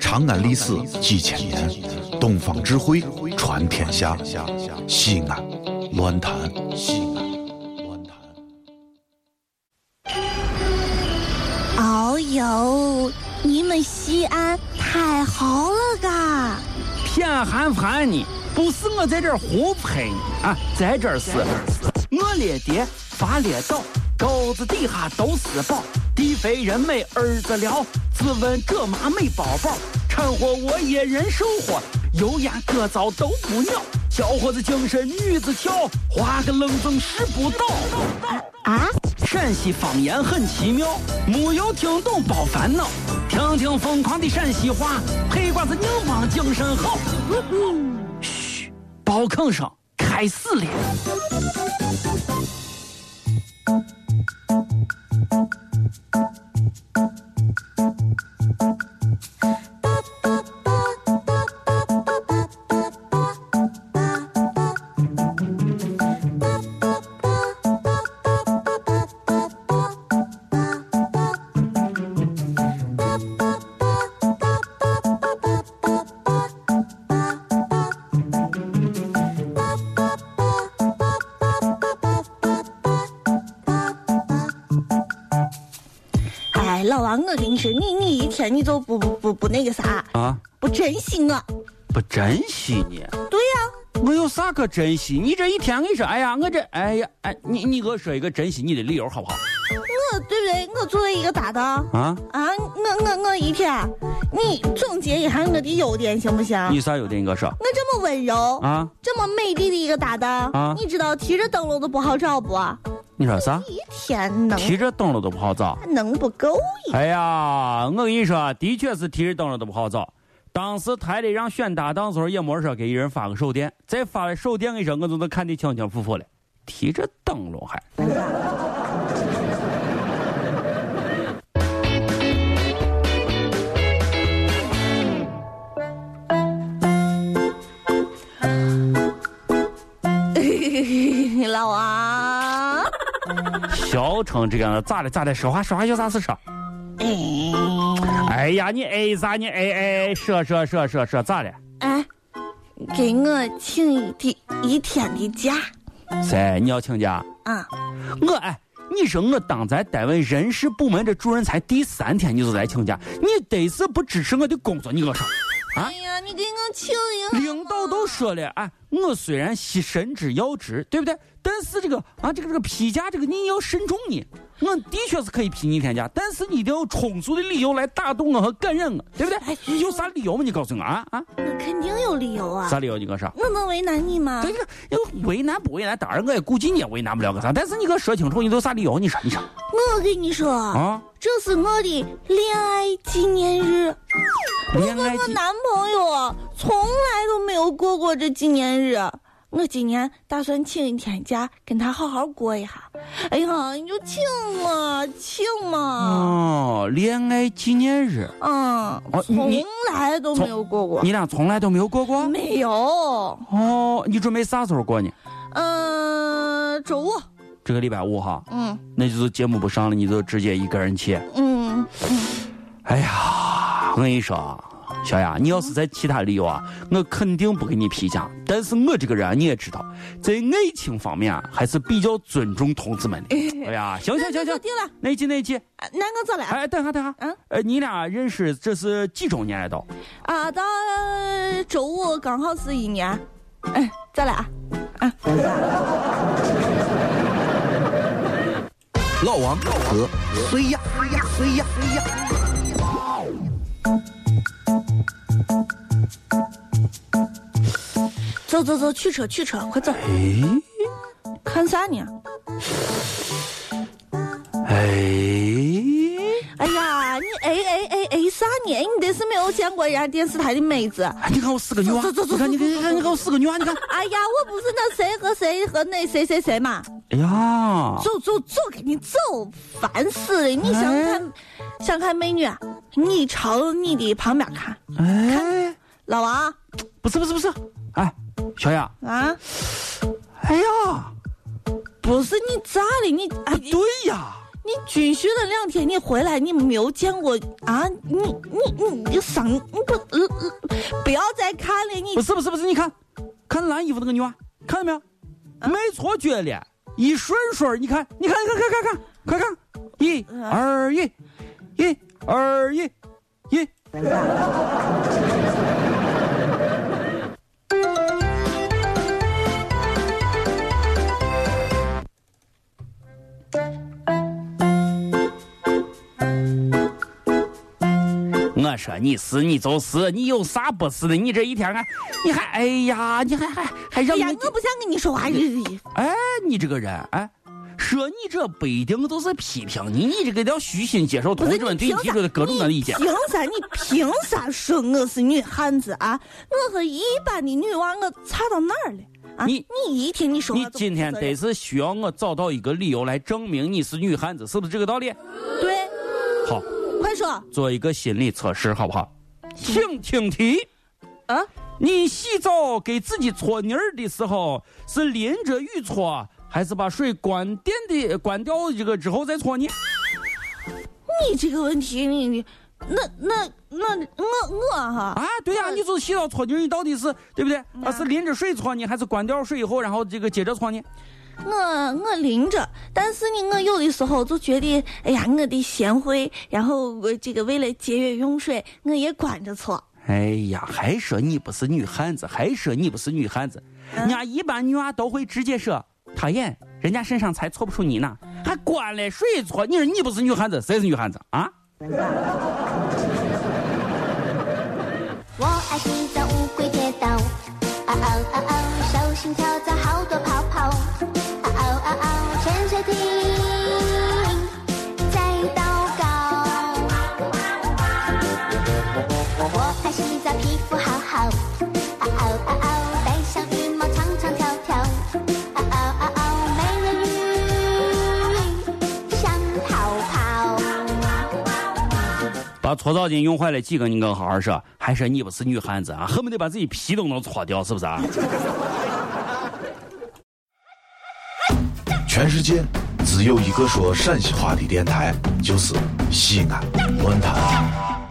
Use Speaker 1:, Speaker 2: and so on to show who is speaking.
Speaker 1: 长安历史几千年，东方智慧传天下。西安，乱谈西安，乱谈。
Speaker 2: 哦呦，你们西安太好了嘎！
Speaker 3: 偏寒寒你，不是我在这儿胡喷你啊，在这儿是，我列爹发列倒，沟子底下都是宝，地肥人美儿子了，自问这妈美宝宝，掺和我也人生活，油盐各糟都不尿，小伙子精神女子俏，花个愣风使不倒。
Speaker 2: 啊，
Speaker 3: 陕西方言很奇妙，没有听懂别烦恼，听听疯狂的陕西话，黑瓜子硬邦精神好。嘘，包吭声开始了。
Speaker 2: 哎，老王，我跟你说，你你一天你就不不不不那个啥，
Speaker 3: 啊，
Speaker 2: 不珍惜我。
Speaker 3: 不珍惜你，
Speaker 2: 对呀、
Speaker 3: 我有啥可珍惜？你这一天，我跟你说，哎呀，我这，哎呀，哎，你你给我说一个珍惜你的理由好不好？
Speaker 2: 我对不对？我作为一个搭档
Speaker 3: 啊，
Speaker 2: 啊，我我我一天，你总结一下我的优点行不行？
Speaker 3: 你啥优点？你给我说
Speaker 2: 我这么温柔，
Speaker 3: 啊？
Speaker 2: 这么美丽的一个搭档，
Speaker 3: 啊
Speaker 2: 你知道提着灯笼都不好找不？
Speaker 3: 你说啥？
Speaker 2: 一天能
Speaker 3: 提着灯笼都不好找。
Speaker 2: 能不够一
Speaker 3: 哎呀，我跟你说，的确是提着灯笼都不好找。当时台里让选搭档的时候，也没说给一人发个手电，再发了手电，我跟你说，我就能看得清清楚楚了。提着灯笼还，
Speaker 2: 老王，
Speaker 3: 小成这个样子，咋的咋的，说话说话有啥事说？哎呀，你哎啥你哎哎说说说说说咋的？
Speaker 2: 哎，给我请一天一天的假
Speaker 3: 谁你要请假？
Speaker 2: 啊！
Speaker 3: 我哎，你说我当咱单位人事部门的主任才第三天你就来请假，你得是不支持我的工作，你给我说。啊
Speaker 2: 哎呀，你给我请一个
Speaker 3: 领导都说了，哎，我虽然惜身之要职，对不对？但是这个啊，这个这个批假，这个你要慎重呢。我的确是可以批你一天假，但是你一定要有充足的理由来打动我和感染我，对不对？你有啥理由吗？你告诉我啊啊，
Speaker 2: 我肯定有理由啊！
Speaker 3: 啥理由？你给我说。
Speaker 2: 我能为难你吗
Speaker 3: 对？这个要为难不为难，当然我也估计你也为难不了个啥，但是你给我说清楚，你都有啥理由？你说你说
Speaker 2: 我跟你说，
Speaker 3: 啊？
Speaker 2: 这是我的恋爱纪念日。
Speaker 3: 恋爱
Speaker 2: 我
Speaker 3: 期
Speaker 2: 男朋友啊从来都没有过过这纪念日。我今年打算请一天假，跟他好好过一下。哎呀，你就请嘛，请嘛。
Speaker 3: 哦，恋爱纪念日，
Speaker 2: 嗯，
Speaker 3: 哦
Speaker 2: 从
Speaker 3: 你
Speaker 2: 来都没有过过。
Speaker 3: 你俩从来都没有过过？
Speaker 2: 没有。
Speaker 3: 哦，你准备啥时候过呢？
Speaker 2: 嗯、周五。
Speaker 3: 这个礼拜五哈。
Speaker 2: 嗯
Speaker 3: 那就是节目不上了，你就直接一个人去。
Speaker 2: 嗯，
Speaker 3: 哎呀，我跟你说啊，小雅，你要是在其他理由啊，我肯定不给你批假。但是我这个人啊你也知道，在爱情方面啊，还是比较尊重同志们的。哎呀，行行行
Speaker 2: 那就
Speaker 3: 行，
Speaker 2: 定了。
Speaker 3: 那一期那一期，
Speaker 2: 啊那我走了啊
Speaker 3: 哎，等一下等一下，
Speaker 2: 嗯
Speaker 3: 呃，你俩认识这是几周年了都？
Speaker 2: 啊，到周五刚好是一年。哎，再来啊。
Speaker 3: 哎
Speaker 4: 老王和谁呀？谁呀？谁呀？
Speaker 2: 走走走，取车取车，快走！看啥呢？
Speaker 3: 哎。
Speaker 2: 哎呀，你哎哎哎哎啥呢？哎，你得是没有见过人家电视台的妹子。
Speaker 3: 哎你看我四个女娃，
Speaker 2: 走走走
Speaker 3: 你看你看你看你看我四个女娃，你看，
Speaker 2: 哎呀，我不是那谁和谁和那谁谁谁嘛，
Speaker 3: 哎呀，
Speaker 2: 走走走，赶紧走，烦死了！你想看、想看美女，啊你朝你的旁边看。
Speaker 3: 哎，
Speaker 2: 老王
Speaker 3: 不是不是不是，哎，小雅，
Speaker 2: 啊，
Speaker 3: 哎呀，
Speaker 2: 不是你咋了？你哎，你
Speaker 3: 对呀，
Speaker 2: 你军训了两天，你回来你没有见过啊？你你你你上你不不要再看了，你
Speaker 3: 不是不是不是，你看，看蓝衣服那个女娃，看到没有？没错觉了，一顺顺，你看，你看，你看，看，看，看，快看，一、二、一，一、二、一，一。我说你是你就是，你有啥不是的？你这一天还，你还哎呀，你还还还
Speaker 2: 哎
Speaker 3: 让
Speaker 2: 呀，
Speaker 3: 人
Speaker 2: 我不想跟你说话，你
Speaker 3: 哎，你这个人，哎，说你这不一定都是批评你，你这个要虚心接受
Speaker 2: 不
Speaker 3: 同
Speaker 2: 是
Speaker 3: 志们对
Speaker 2: 你
Speaker 3: 你
Speaker 2: 凭
Speaker 3: 提
Speaker 2: 啥
Speaker 3: 出的各种的意见。
Speaker 2: 凭啥？你凭啥说我是女汉子啊？我和一般的女娃，我差到哪儿了？啊，
Speaker 3: 你
Speaker 2: 你一天你说
Speaker 3: 你
Speaker 2: 话都不
Speaker 3: 今天
Speaker 2: 负责
Speaker 3: 得
Speaker 2: 任
Speaker 3: 是需要我找到一个理由来证明你是女汉子，是不是这个道理？
Speaker 2: 对，
Speaker 3: 好，
Speaker 2: 快说啊！
Speaker 3: 做一个心理测试好不好？请听题：啊你洗澡给自己搓泥儿的时候，是淋着雨搓，还是把水关电的关掉这个之后再搓呢？
Speaker 2: 你这个问题，你你那那那我我哈，
Speaker 3: 啊，对呀、
Speaker 2: 嗯
Speaker 3: 你就是洗澡搓泥儿，你到底是对不对？啊，是淋着水搓呢，还是关掉水以后，然后这个接着搓呢？
Speaker 2: 我我淋着，但是呢，我有的时候就觉得，哎呀，我的贤惠，然后我这个为了节约用水，我也关着搓。
Speaker 3: 哎呀，还说你不是女汉子，还说你不是女汉子，人家一般女娃都会直接说讨厌，人家身上才搓不出泥呢，还关了水搓。你说你不是女汉子，谁是女汉子啊？
Speaker 5: 我爱洗澡，乌龟跌倒，啊哦啊哦，手心跳蚤好多泡泡，啊哦啊哦，潜水艇在祷告。我爱洗澡，皮肤好好，啊哦啊哦，戴上浴帽唱唱跳跳，啊哦啊哦，美人鱼想逃跑。
Speaker 3: 把搓澡巾用坏了几个，你跟我好好说。还说你不是女汉子啊，恨不得把自己皮都能搓掉，是不是啊？
Speaker 1: 全世界只有一个说陕西话的电台，就是西安论坛。